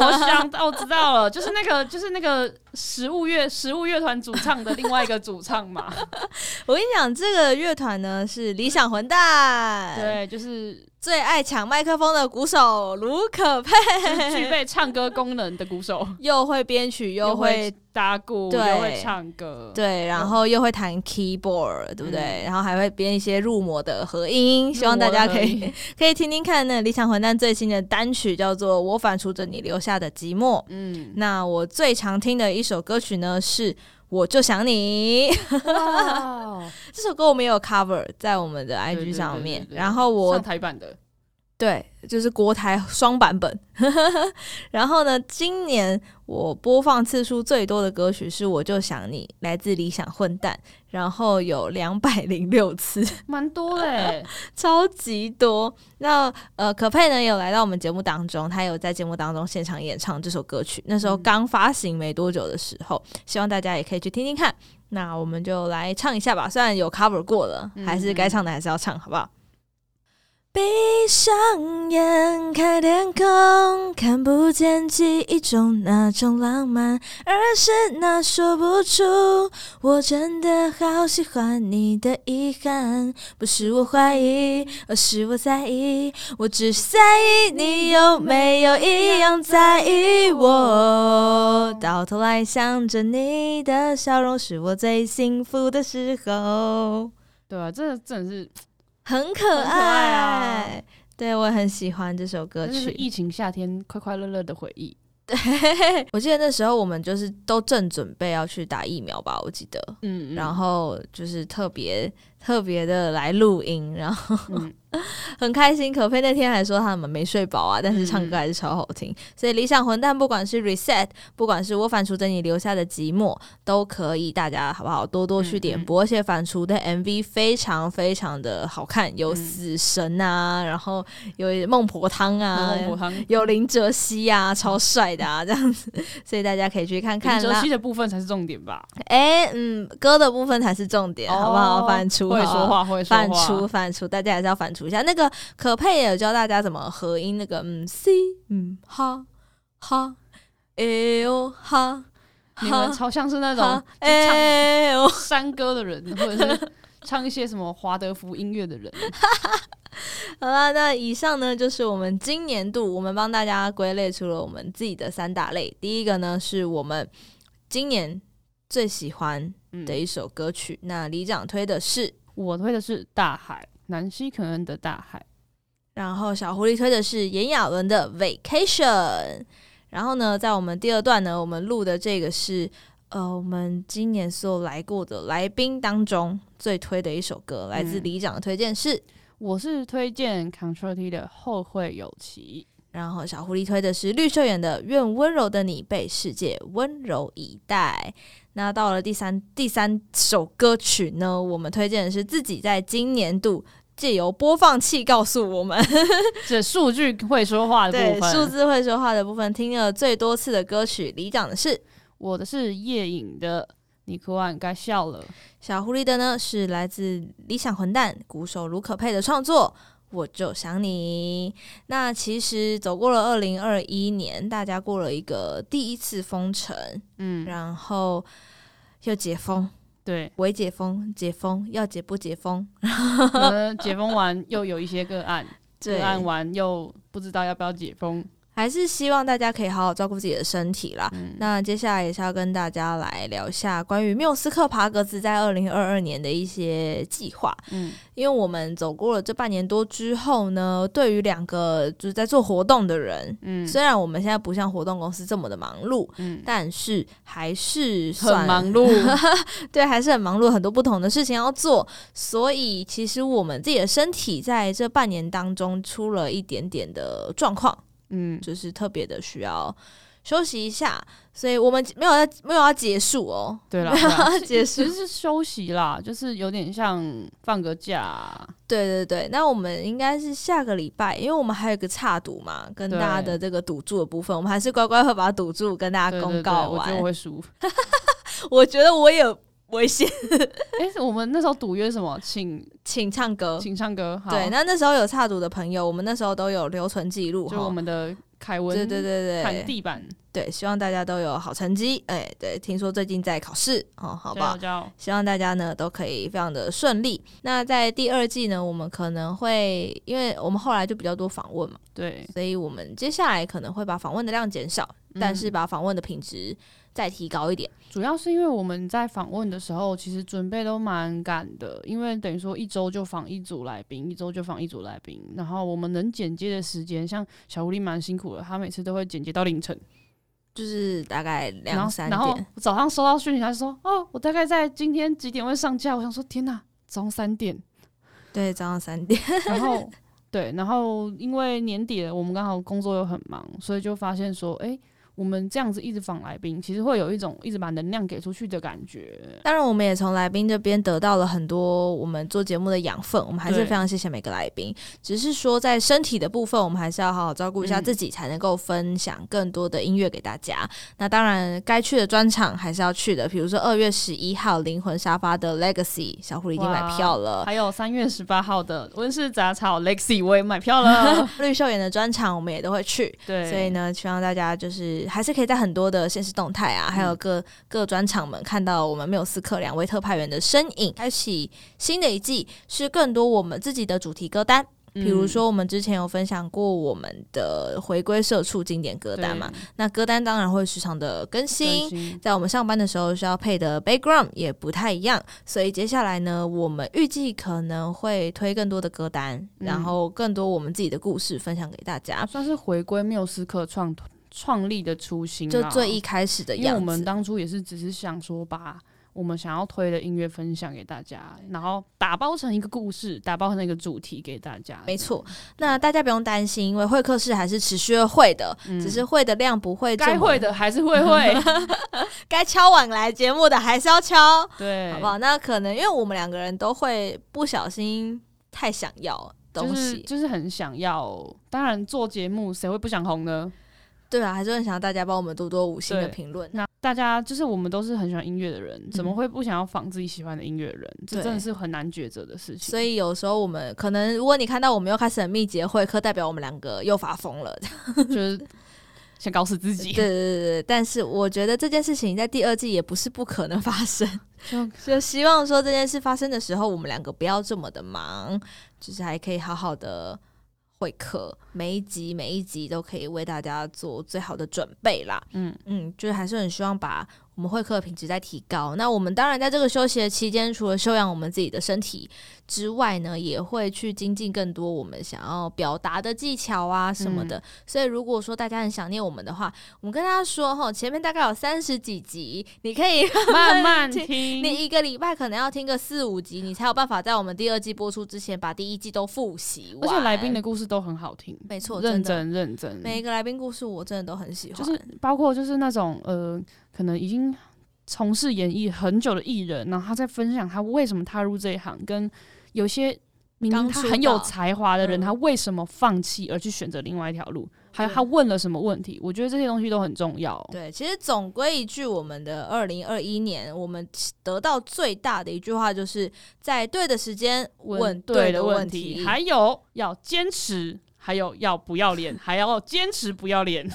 S2: 我想到，我知道了，就是那个，就是那个食物乐食物乐团主唱的另外一个主唱嘛，
S1: *laughs* 我跟你讲，这个乐团呢是理想混蛋，，
S2: 对，就是
S1: 最爱抢麦克风的鼓手卢可佩，
S2: 就是具备唱歌功能的鼓手，
S1: 又会编曲， *laughs* 又会
S2: 打鼓，
S1: 对
S2: 又会唱歌，，
S1: 对，然后又会弹 keyboard，对不对？然后还会编一些入嗯魔的合音，希望大家可以 *laughs* 可以听听看那理想混蛋最新的单曲，叫做《我反刍着你留下的寂寞》。 *laughs*
S2: 嗯，
S1: 那我最常听的一首歌曲呢是《我就想你》
S2: 哇，
S1: 这首歌，我们也有 cover 在我们的 IG 上面。然后我
S2: 上台版的，
S1: 对，就是国台双版本。 *laughs* 然后呢，今年我播放次数最多的歌曲是《我就想你》，来自理想混蛋，然后有两百零六次，
S2: 蛮多嘞，
S1: *laughs* 超级多。那呃，可佩呢也有来到我们节目当中，他有在节目当中现场演唱这首歌曲，那时候
S2: 嗯
S1: 刚发行没多久的时候，希望大家也可以去听听看。那我们就来唱一下吧，虽然有 cover 过了，还是该唱的还是要唱，好不好？闭上眼，看天空，看不见记忆中那种浪漫，而是那说不出。我真的好喜欢你的遗憾，不是我怀疑，而是我在意。我只是在意你有没有一样在意我。到头来想着你的笑容，是我最幸福的时候。
S2: 对啊，这真的是，
S1: 很可
S2: 很可
S1: 爱
S2: 爱啊嗯
S1: 对我很喜欢这首歌
S2: 这就是
S1: 曲。
S2: 疫情夏天快快乐乐的回忆，
S1: *laughs* 我记得那时候我们就是都正准备要去打疫苗吧，我记得，
S2: 嗯
S1: 然后就是特别特别的来录音，然后
S2: 嗯
S1: *laughs* 很开心。可佩那天还说他们没睡饱啊，但是唱
S2: 嗯
S1: 歌还是超好听。所以理想混蛋，不管是 Reset，不管是我反刍对你留下的寂寞，都可以，大家好不好多多
S2: 嗯
S1: 去点播？而且反刍的 MV 非常非常的好看，有
S2: 嗯
S1: 死神啊，然后有孟婆汤啊，
S2: 孟婆汤。
S1: 有林哲熙啊，超帅的啊，这样子，所以大家可以去看看
S2: 林哲
S1: 啦
S2: 熙。的部分才是重点吧，
S1: 哎、嗯，歌的部分才是重点，好不好？
S2: 哦
S1: 反刍，
S2: 会
S1: 好不
S2: 说
S1: 好，
S2: 话，会说
S1: 反
S2: 话，
S1: 刍，反刍，大家还是要反刍一下。那个可佩也有教大家怎么合音，那个嗯 c 嗯哈哈哎呦哈
S2: 你们
S1: 哈
S2: 超像是那种
S1: 哈 *laughs* 哎呦，
S2: 山歌的人，或者是唱一些什么华德福音乐的人。
S1: 好啦，那以上呢就是我们今年度我们帮大家归类出了我们自己的三大类。第一个呢是我们今年最喜欢
S2: 嗯
S1: 的一首歌曲，那李长推的是，
S2: 我推的是《大海》，南希肯恩的《大海》。
S1: 然后小狐狸推的是炎亚纶的《Vacation》。然后呢，在我们第二段呢，我们录的这个是呃，我们今年所有来过的来宾当中最推的一首歌，来自
S2: 嗯
S1: 李长的推荐是。
S2: 我是推荐 Control T 的《后会有期》。
S1: 然后小狐狸推的是绿秀眼的《愿温柔的你被世界温柔以待》。那到了第三第三首歌曲呢，我们推荐的是自己在今年度借由播放器告诉我们，
S2: 这数据会说话的
S1: 对
S2: 部
S1: 数
S2: 分，
S1: 字会说话的部分听了最多次的歌曲，里长的是
S2: 我的是夜影的。你哭完该笑了。
S1: 小狐狸的呢，是来自理想混蛋鼓手卢可佩的创作。我就想你。那其实走过了二零二一年，大家过了一个第一次封城，
S2: 嗯，
S1: 然后又解封， *laughs*，
S2: 对
S1: 微解封，解封要解不解封？
S2: 呃，解封完又有一些个
S1: *laughs*
S2: 案，
S1: 对
S2: 个，案完又不知道要不要解封。
S1: 还是希望大家可以好好照顾自己的身体啦。
S2: 嗯
S1: 那接下来也是要跟大家来聊一下关于缪斯克爬格子在二零二二年的一些计划。
S2: 嗯，
S1: 因为我们走过了这半年多之后呢，对于两个就是在做活动的人，
S2: 嗯
S1: 虽然我们现在不像活动公司这么的忙碌，
S2: 嗯，
S1: 但是还是算
S2: 很忙碌。
S1: 对，还是很忙碌，很多不同的事情要做，所以其实我们自己的身体在这半年当中出了一点点的状况，
S2: 嗯，
S1: 就是特别的需要休息一下，所以我们没有要没有要结束哦，*laughs*
S2: 对啦
S1: 没有
S2: 对啦
S1: 要结束
S2: 其，实是休息啦，就是有点像放个假。
S1: 对对对，那我们应该是下个礼拜，因为我们还有一个差赌嘛，跟大
S2: 对
S1: 家的这个赌注的部分，我们还是乖乖会把它赌注跟大家
S2: 对
S1: 公
S2: 对对，
S1: 告
S2: 我
S1: 完。
S2: 觉得我会输。
S1: *laughs* 我觉得我有危险，
S2: 哎、我们那时候赌约什么？请
S1: 请唱歌。
S2: 请唱歌。好
S1: 对，那那时候有差赌的朋友，我们那时候都有留存记录
S2: 就我
S1: 哈。
S2: 们的凯文，
S1: 对对对
S2: 砍
S1: 对，
S2: 地板，
S1: 对，希望大家都有好成绩。哎、对，听说最近在考试哦，好不好？
S2: 加油
S1: 希望大家呢都可以非常的顺利。那在第二季呢，我们可能会，因为我们后来就比较多访问嘛，
S2: 对，
S1: 所以我们接下来可能会把访问的量减少，但是把访问的品质再提高一点。
S2: 主要是因为我们在访问的时候，其实准备都蛮赶的，因为等于说一周就访一组来宾，一周就访一组来宾，然后我们能剪接的时间，像小狐狸蛮辛苦的，他每次都会剪接到凌晨，
S1: 就是大概
S2: 然
S1: 两
S2: 后
S1: 三
S2: 然后
S1: 点，
S2: 早上收到讯息，他就说哦，我大概在今天几点会上架，我想说天哪，早上
S1: *laughs*
S2: 三点，
S1: 对，早上三点，
S2: 然后对，然后因为年底了，我们刚好工作又很忙，所以就发现说，哎、我们这样子一直访来宾，其实会有一种一直把能量给出去的感觉。
S1: 当然，我们也从来宾这边得到了很多我们做节目的养分，我们还是
S2: 对
S1: 非常谢谢每个来宾。只是说在身体的部分，我们还是要好好照顾一下
S2: 嗯
S1: 自己，才能够分享更多的音乐给大家。那当然，该去的专场还是要去的，比如说二月十一号灵魂沙发的 Legacy，小狐狸已经买
S2: 哇
S1: 票了。
S2: 还有三月十八号的温室杂草 Lexi 我也买票
S1: *laughs*
S2: 了，
S1: *laughs* 绿秀妍的专场我们也都会去，
S2: 对，
S1: 所以呢，希望大家就是还是可以在很多的现实动态
S2: 嗯
S1: 啊，还有各各专场们看到我们缪斯克两位特派员的身影。开启新的一季是更多我们自己的主题歌单，
S2: 嗯
S1: 比如说我们之前有分享过我们的回归社畜经典歌单嘛，，那歌单当然会时常的更
S2: 对
S1: 新
S2: 更。新
S1: 在我们上班的时候需要配的 background 也不太一样，所以接下来呢，我们预计可能会推更多的歌单，
S2: 嗯
S1: 啊然后更多我们自己的故事分享给大家。
S2: 算是回归缪斯克创创立的初心、啊，
S1: 就最一开始的
S2: 因为我
S1: 样
S2: 们
S1: 子。
S2: 当初也是只是想说把我们想要推的音乐分享给大家，然后打包成一个故事，打包成一个主题给大家。
S1: 没错，那大家不用担心，因为会客室还是持续会的，只是会的量不会这么
S2: 嗯该会的还是
S1: *laughs*
S2: 会会，
S1: 该敲碗来节目的还是要敲，
S2: 对，
S1: 好不好？那可能因为我们两个人都会不小心太想要东
S2: 就是
S1: 西，
S2: 就是很想要，当然做节目谁会不想红呢？
S1: 对啊，还是很想要大家帮我们多多五星的
S2: 对
S1: 评论。
S2: 那大家就是我们都是很喜欢音乐的人，怎么会不想要仿自己喜欢的音乐人？这
S1: 嗯对
S2: 真的是很难抉择的事情。
S1: 所以有时候我们可能，如果你看到我们又开始很密集的会客，代表我们两个又发疯了。 *laughs*
S2: 就是先搞死自己
S1: 对，对对对，但是我觉得这件事情在第二季也不是不可能发生，
S2: 就
S1: 就希望说这件事发生的时候，我们两个不要这么的忙，就是还可以好好的会客，每一集每一集都可以为大家做最好的准备啦。
S2: 嗯
S1: 嗯，就是还是很希望把我们会客的品质再提高。那我们当然在这个休息的期间，除了修养我们自己的身体之外呢，也会去精进更多我们想要表达的技巧啊什么的。所以如果说大家很想念我们的话，我们跟大家说哈，前面大概有三十几集，你可以
S2: 慢慢
S1: 听
S2: 听。
S1: *laughs* 你一个礼拜可能要听个四五集，你才有办法在我们第二季播出之前把第一季都复习
S2: 而
S1: 完。
S2: 且来宾的故事都很好听，
S1: 没错，
S2: 认
S1: 真的
S2: 真认真，
S1: 每一个来宾故事我真的都很喜欢，
S2: 就是包括就是那种呃，可能已经从事演艺很久的艺人，然后他在分享他为什么踏入这一行，跟有些明
S1: 刚
S2: 明他
S1: 出
S2: 很有
S1: 道
S2: 才华的人，
S1: 嗯
S2: 他为什么放弃而去选择另外一条路，还有
S1: 对
S2: 他问了什么问题，我觉得这些东西都很重要。
S1: 对，其实总归一句，我们的二零二一年，我们得到最大的一句话就是在对的时间问
S2: 对
S1: 的
S2: 的
S1: 问
S2: 题，还有要坚持，还有要不要脸，还要坚持不要脸。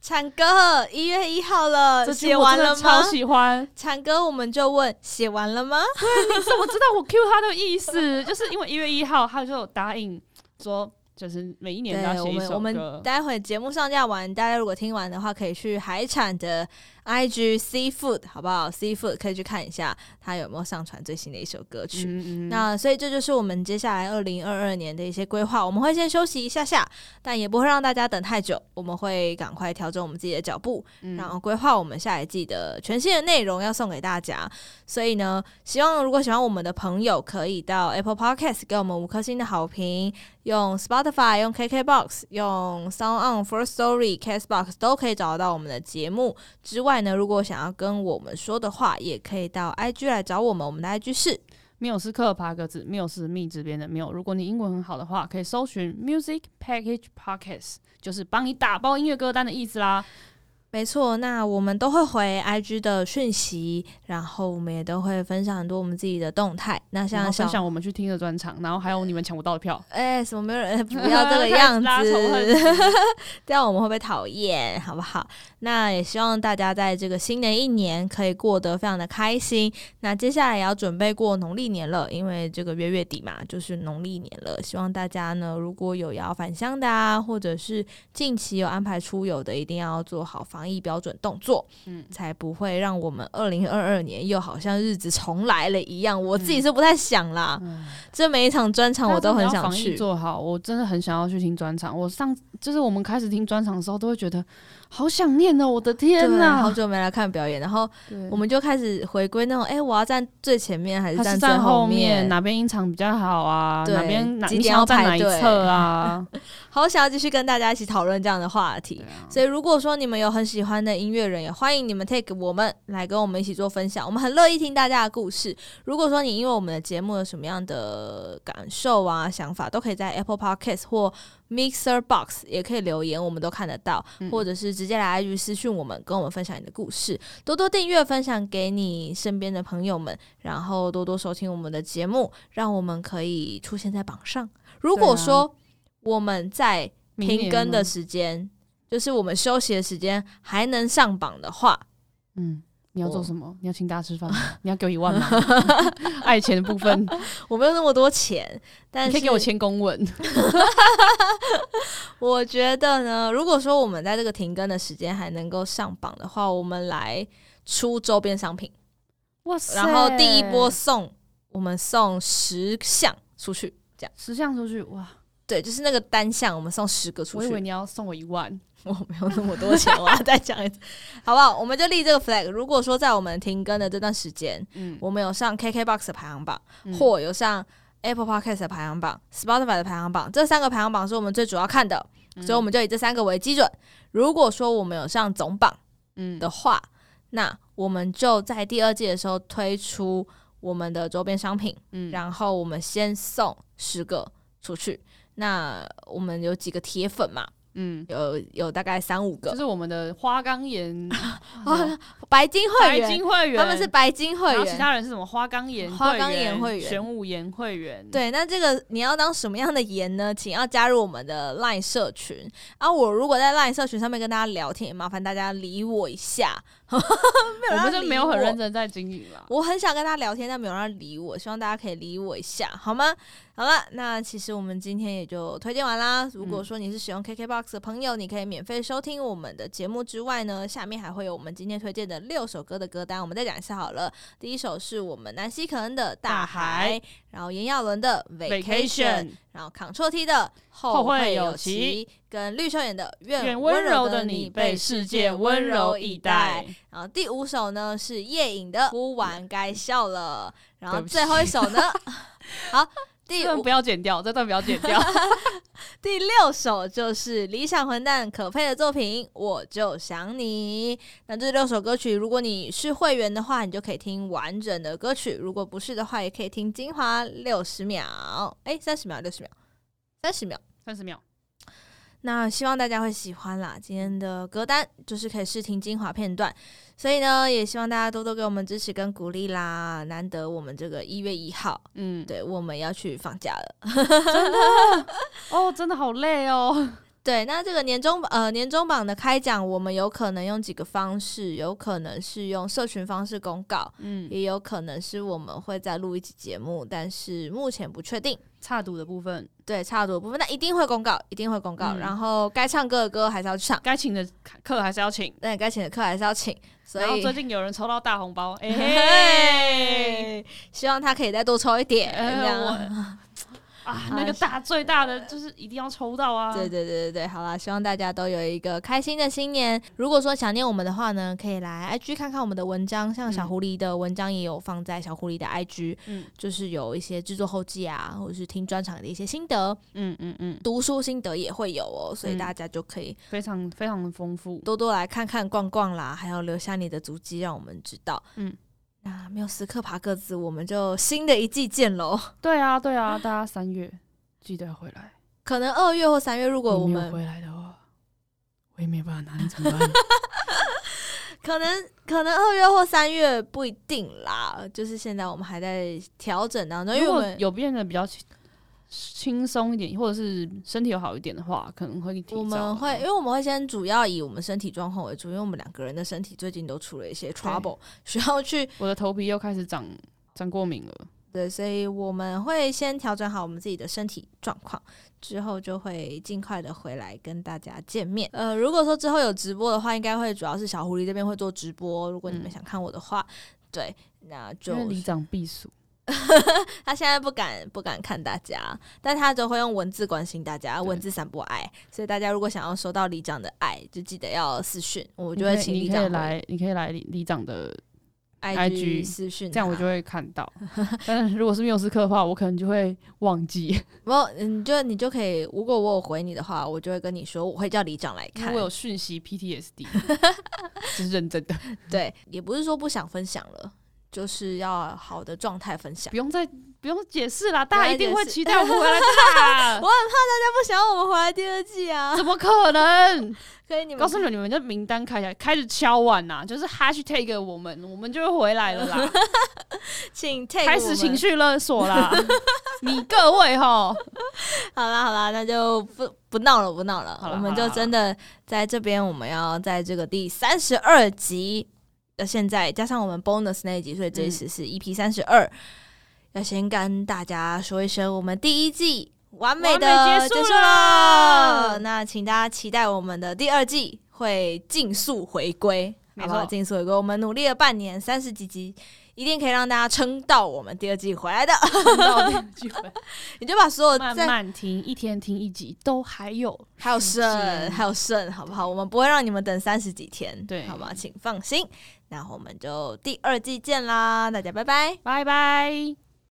S1: 产哥，一月一号了，
S2: 这
S1: 呃写
S2: 些我
S1: 完
S2: 真的
S1: 了吗
S2: 超？喜欢，
S1: 产哥，我们就问写完了吗？
S2: 可是我知道我 Q 他的意思， *laughs* 就是因为一月一号他就有答应说，就是每一年都要
S1: 我
S2: 写一
S1: 们
S2: 首
S1: 我们
S2: 歌。
S1: 待会节目上架完，大家如果听完的话，可以去海产的 IG Seafood 好不好？Seafood 可以去看一下他有没有上传最新的一首歌曲。
S2: 嗯嗯，
S1: 那所以这就是我们接下来二零二二年的一些规划。我们会先休息一下下，但也不会让大家等太久。我们会赶快调整我们自己的脚步，
S2: 嗯
S1: 然后规划我们下一季的全新的内容要送给大家。所以呢，希望如果喜欢我们的朋友，可以到 Apple Podcast 给我们五颗星的好评，用 Spotify、用 KKBox、用 Sound On、First Story、Castbox 都可以找到我们的节目。之外呢，如果想要跟我们说的话，也可以到 IG 来找我们。我们的 IG 是。
S2: 缪斯克爬格子，缪斯密这边的缪。如果你英文很好的话，可以搜寻 Music Package Pockets，就是帮你打包音乐歌单的意思啦。
S1: 没错，那我们都会回 IG 的讯息，然后我们也都会分享很多我们自己的动态。那
S2: 然
S1: 像
S2: 后分
S1: 小
S2: 享我们去听的专场，然后还有你们抢不到的票。
S1: 哎、什么没有人 *laughs* 不要这个样
S2: *laughs* 开始拉仇
S1: 子，
S2: 恨值
S1: 这样我们会被讨厌，好不好？那也希望大家在这个新的一年可以过得非常的开心。那接下来也要准备过农历年了，因为这个月月底嘛，就是农历年了。希望大家呢，如果有要返乡的啊，或者是近期有安排出游的，一定要做好防疫标准动作，嗯，才不会让我们二零二二年又好像日子重来了一样。我自己是不太想啦，这每一场专 *laughs* 场我都很想
S2: 但是嗯你要防疫
S1: 去。
S2: 做好，我真的很想要去听专场。我上就是我们开始听专场的时候，都会觉得好想念哦，我的天
S1: 对，
S2: 呐！
S1: 好久没来看表演，然后
S2: 对
S1: 我们就开始回归那种，哎、我要站最前面还
S2: 还
S1: 站
S2: 是
S1: 最
S2: 站后
S1: 面？
S2: 哪边音场比较好啊？
S1: 对
S2: 哪边哪
S1: 几
S2: 你
S1: 点
S2: 想
S1: 要
S2: 要站
S1: 排
S2: 哪一
S1: 队
S2: 侧
S1: *laughs*
S2: 啊？
S1: 好想要继续跟大家一起讨论这样的话题
S2: 对。啊
S1: 所以，如果说你们有很喜欢的音乐人，也欢迎你们 take 我们来跟我们一起做分享，我们很乐意听大家的故事。如果说你因为我们的节目有什么样的感受啊、想法，都可以在 Apple Podcast 或 Mixer Box 也可以留言，我们都看得到，或者是直接来 IG 私讯我们，跟我们分享你的故事，多多订阅、分享给你身边的朋友们，然后多多收听我们的节目，让我们可以出现在榜上。如果说、我们在
S2: 明
S1: 停
S2: 年
S1: 更的
S2: 吗
S1: 时间，就是我们休息的时间，还能上榜的话，
S2: 嗯，你要做
S1: 我
S2: 什么？你要请大家吃
S1: *laughs*
S2: 饭吗？你要给我一万吗？爱钱的部分，你
S1: 我没有那么多钱， *laughs* 但
S2: 可
S1: 是
S2: 以给我签公文。
S1: 我觉得呢，如果说我们在这个停更的时间还能够上榜的话，我们来出周边商品，
S2: 哇塞
S1: 然后第一波送我们送十项出去，这样
S2: 十项出去，哇，
S1: 对，就是那个单项，我们送十个出
S2: 我以
S1: 去。
S2: 为你要送我一万，
S1: 我没有那么多钱，我要再讲一
S2: *laughs*
S1: 次，好不好？我们就立这个 flag。如果说在我们停更的这段时间，
S2: 嗯，
S1: 我们有上 KKBOX 的排行榜，
S2: 嗯
S1: 或有上 Apple Podcast 的排行榜、Spotify 的排行榜，这三个排行榜是我们最主要看的，
S2: 嗯
S1: 所以我们就以这三个为基准。如果说我们有上总榜
S2: 嗯
S1: 的话，那我们就在第二季的时候推出我们的周边商品，
S2: 嗯
S1: 然后我们先送十个出去。那我们有几个铁粉嘛？
S2: 嗯，
S1: 有有大概三五个
S2: 就，是我们的花岗岩
S1: 哦，白金 *laughs* 会
S2: 白
S1: 员，
S2: 金会员，
S1: 他们是白金会
S2: 然后
S1: 员。
S2: 其他人是什么花岗岩会员、
S1: 花岗岩会员
S2: 玄武岩会员，，
S1: 对，那这个你要当什么样的盐呢？请要加入我们的 LINE 社群啊！我如果在 LINE 社群上面跟大家聊天，也麻烦大家理我一下。 *laughs* 没有
S2: 我
S1: 人要
S2: 们就没有很
S1: 理我
S2: 认真在经营啦。
S1: 我很想跟他聊天，但没有人要理我，希望大家可以理我一下，好吗？好了，那其实我们今天也就推荐完啦。如
S2: 嗯
S1: 果说你是使用 KKBOX 的朋友，你可以免费收听我们的节目之外呢，下面还会有我们今天推荐的六首歌的歌单，我们再讲一下好了。第一首是我们南希可恩的《大
S2: 大
S1: 海》，
S2: 海
S1: 然后炎亚纶的《Vacation》，然后 Control T 的《
S2: 后会有
S1: 有
S2: 期》，
S1: 跟绿秀妍的《
S2: 愿
S1: 愿
S2: 温
S1: 温
S2: 柔
S1: 柔
S2: 的
S1: 的
S2: 你
S1: 你
S2: 被
S1: 被
S2: 世
S1: 世
S2: 界
S1: 界
S2: 温
S1: 温
S2: 柔
S1: 柔
S2: 以
S1: 以
S2: 待
S1: 待。。然后第五首呢是夜影
S2: *laughs*
S1: 的《哭完该笑了》，然后
S2: 对不起
S1: 最后一首
S2: *laughs*
S1: 呢，好，
S2: 这
S1: 第
S2: 段
S1: 五
S2: 不要剪掉，这段不要剪
S1: *laughs*
S2: 掉。
S1: 第六首就是理想混蛋可佩的作品《我就想你》。那这六首歌曲，如果你是会员的话，你就可以听完整的歌曲；如果不是的话，也可以听精华六十秒，哎，三十秒，六十秒，三十秒。
S2: 三十秒，
S1: 那希望大家会喜欢啦。今天的歌单就是可以试听精华片段，所以呢，也希望大家多多给我们支持跟鼓励啦。难得我们这个一月一号，
S2: 嗯，
S1: 对我们要去放假了。
S2: 哦，真的好累哦。
S1: 对，那这个年终呃年终榜的开奖，我们有可能用几个方式，有可能是用社群方式公告，
S2: 嗯，
S1: 也有可能是我们会再录一集节目，但是目前不确定。
S2: 差赌的部分，
S1: 对，差不多部分，那一定会公告，一定会公告。
S2: 嗯
S1: 然后该唱歌的歌还是要去唱，
S2: 该请的课还是要请。
S1: 那该请的课还是要请。所
S2: 然后
S1: 以
S2: 最近有人抽到大
S1: *laughs*
S2: 红包，哎、嘿，
S1: 嘿， *laughs* 希望他可以再多抽一点，
S2: 哎
S1: 这
S2: 我
S1: 样。
S2: 啊，那个大最大的就是一定要抽到啊！
S1: 哎对对对对对，好啦，希望大家都有一个开心的新年。如果说想念我们的话呢，可以来 IG 看看我们的文章，像小
S2: 嗯
S1: 狐狸的文章也有放在小狐狸的 IG，
S2: 嗯
S1: 就是有一些制作后记啊，或者是听专场的一些心得，
S2: 嗯嗯嗯，
S1: 读书心得也会有哦，所以
S2: 嗯
S1: 大家就可以
S2: 非常非常的丰富。
S1: 多多来看看逛逛啦，还有留下你的足迹，让我们知道。
S2: 嗯，
S1: 那缪斯克爬格子，我们就新的一季见喽。
S2: 对啊对啊，大家三月记得回来。
S1: 可能二月或三月，如果我
S2: 你没
S1: 们
S2: 有回来的话，我也没办法拿你怎么
S1: *laughs*
S2: 办？
S1: 可能可能二月或三月不一定啦，就是现在我们还在调整当中，因为
S2: 如
S1: 我
S2: 果
S1: 们
S2: 有变得比较轻轻松一点，或者是身体有好一点的话，可能会提
S1: 我
S2: 早
S1: 们
S2: 啊
S1: 会因为我们会先主要以我们身体状况为主，因为我们两个人的身体最近都出了一些 trouble，需要去
S2: 我的头皮又开始长长过敏了。
S1: 对，所以我们会先调整好我们自己的身体状况，之后就会尽快的回来跟大家见面。呃，如果说之后有直播的话，应该会主要是小狐狸这边会做直播，如果你们
S2: 嗯
S1: 想看我的话，对，那就
S2: 因为里长避暑，
S1: 他现在不敢不敢看大家，但他就会用文字关心大家，文字散播爱。所以大家如果想要收到里长的爱，就记得要私讯，我
S2: 我
S1: 就会请
S2: 你
S1: 里
S2: 可以
S1: 长回
S2: 来，你可以来里里长的，IG
S1: IG 私讯他，
S2: 这样我就会看到。
S1: *laughs*
S2: 但是如果是缪斯克的话，我可能就会忘记，
S1: 我你就你就可以，如果我有回你的话，我就会跟你说，我会叫里长来
S2: *laughs* 因为
S1: 看
S2: 我。有讯息
S1: *laughs*
S2: PTSD，这是认真的， *laughs*
S1: 对，也不是说不想分享了，就是要好的状态分享
S2: 不。用再不用解释啦，大家一定会
S1: 解释
S2: 期待我们回来
S1: *laughs*
S2: 的
S1: 我
S2: 啦。
S1: 很怕大家不想要我们回来第二季啊，
S2: 怎么可能？
S1: 所以你们
S2: 告诉你们，你们这名单开起来，开始敲碗呐、就是 hashtag 我们，我们就会回来了
S1: *laughs*
S2: 啦，
S1: 请 take
S2: 开
S1: 我
S2: 始
S1: 们
S2: 情绪勒索啦， *laughs* 你各位
S1: *laughs*
S2: 吼，
S1: 好啦好啦，那就不不闹了不闹了，
S2: 好啦
S1: 我们
S2: 好啦
S1: 就真的在这边，我们要在这个第三十二集的现在加上我们 bonus 那一集，所以这一
S2: 嗯
S1: 次是 EP 三十二，要先跟大家说一声，我们第一季完美
S2: 完
S1: 的
S2: 美结
S1: 结
S2: 束
S1: 束
S2: 了
S1: 了，那请大家期待我们的第二季会尽速回归。
S2: 没
S1: 好
S2: 错
S1: 不好？尽速回归，我们努力了半年，三十几集一定可以让大家撑到我们第二季回来的。 *laughs*
S2: 碰到那个机会，
S1: 你就把所有
S2: 慢
S1: 在
S2: 慢听，一天听一集，都还有
S1: 还有
S2: 时
S1: 剩，
S2: 间
S1: 还有剩，好不好？我们不会让你们等三十几天，
S2: 对
S1: 好吗？请放心。那我们就第二季见啦，大家拜拜。
S2: 拜拜。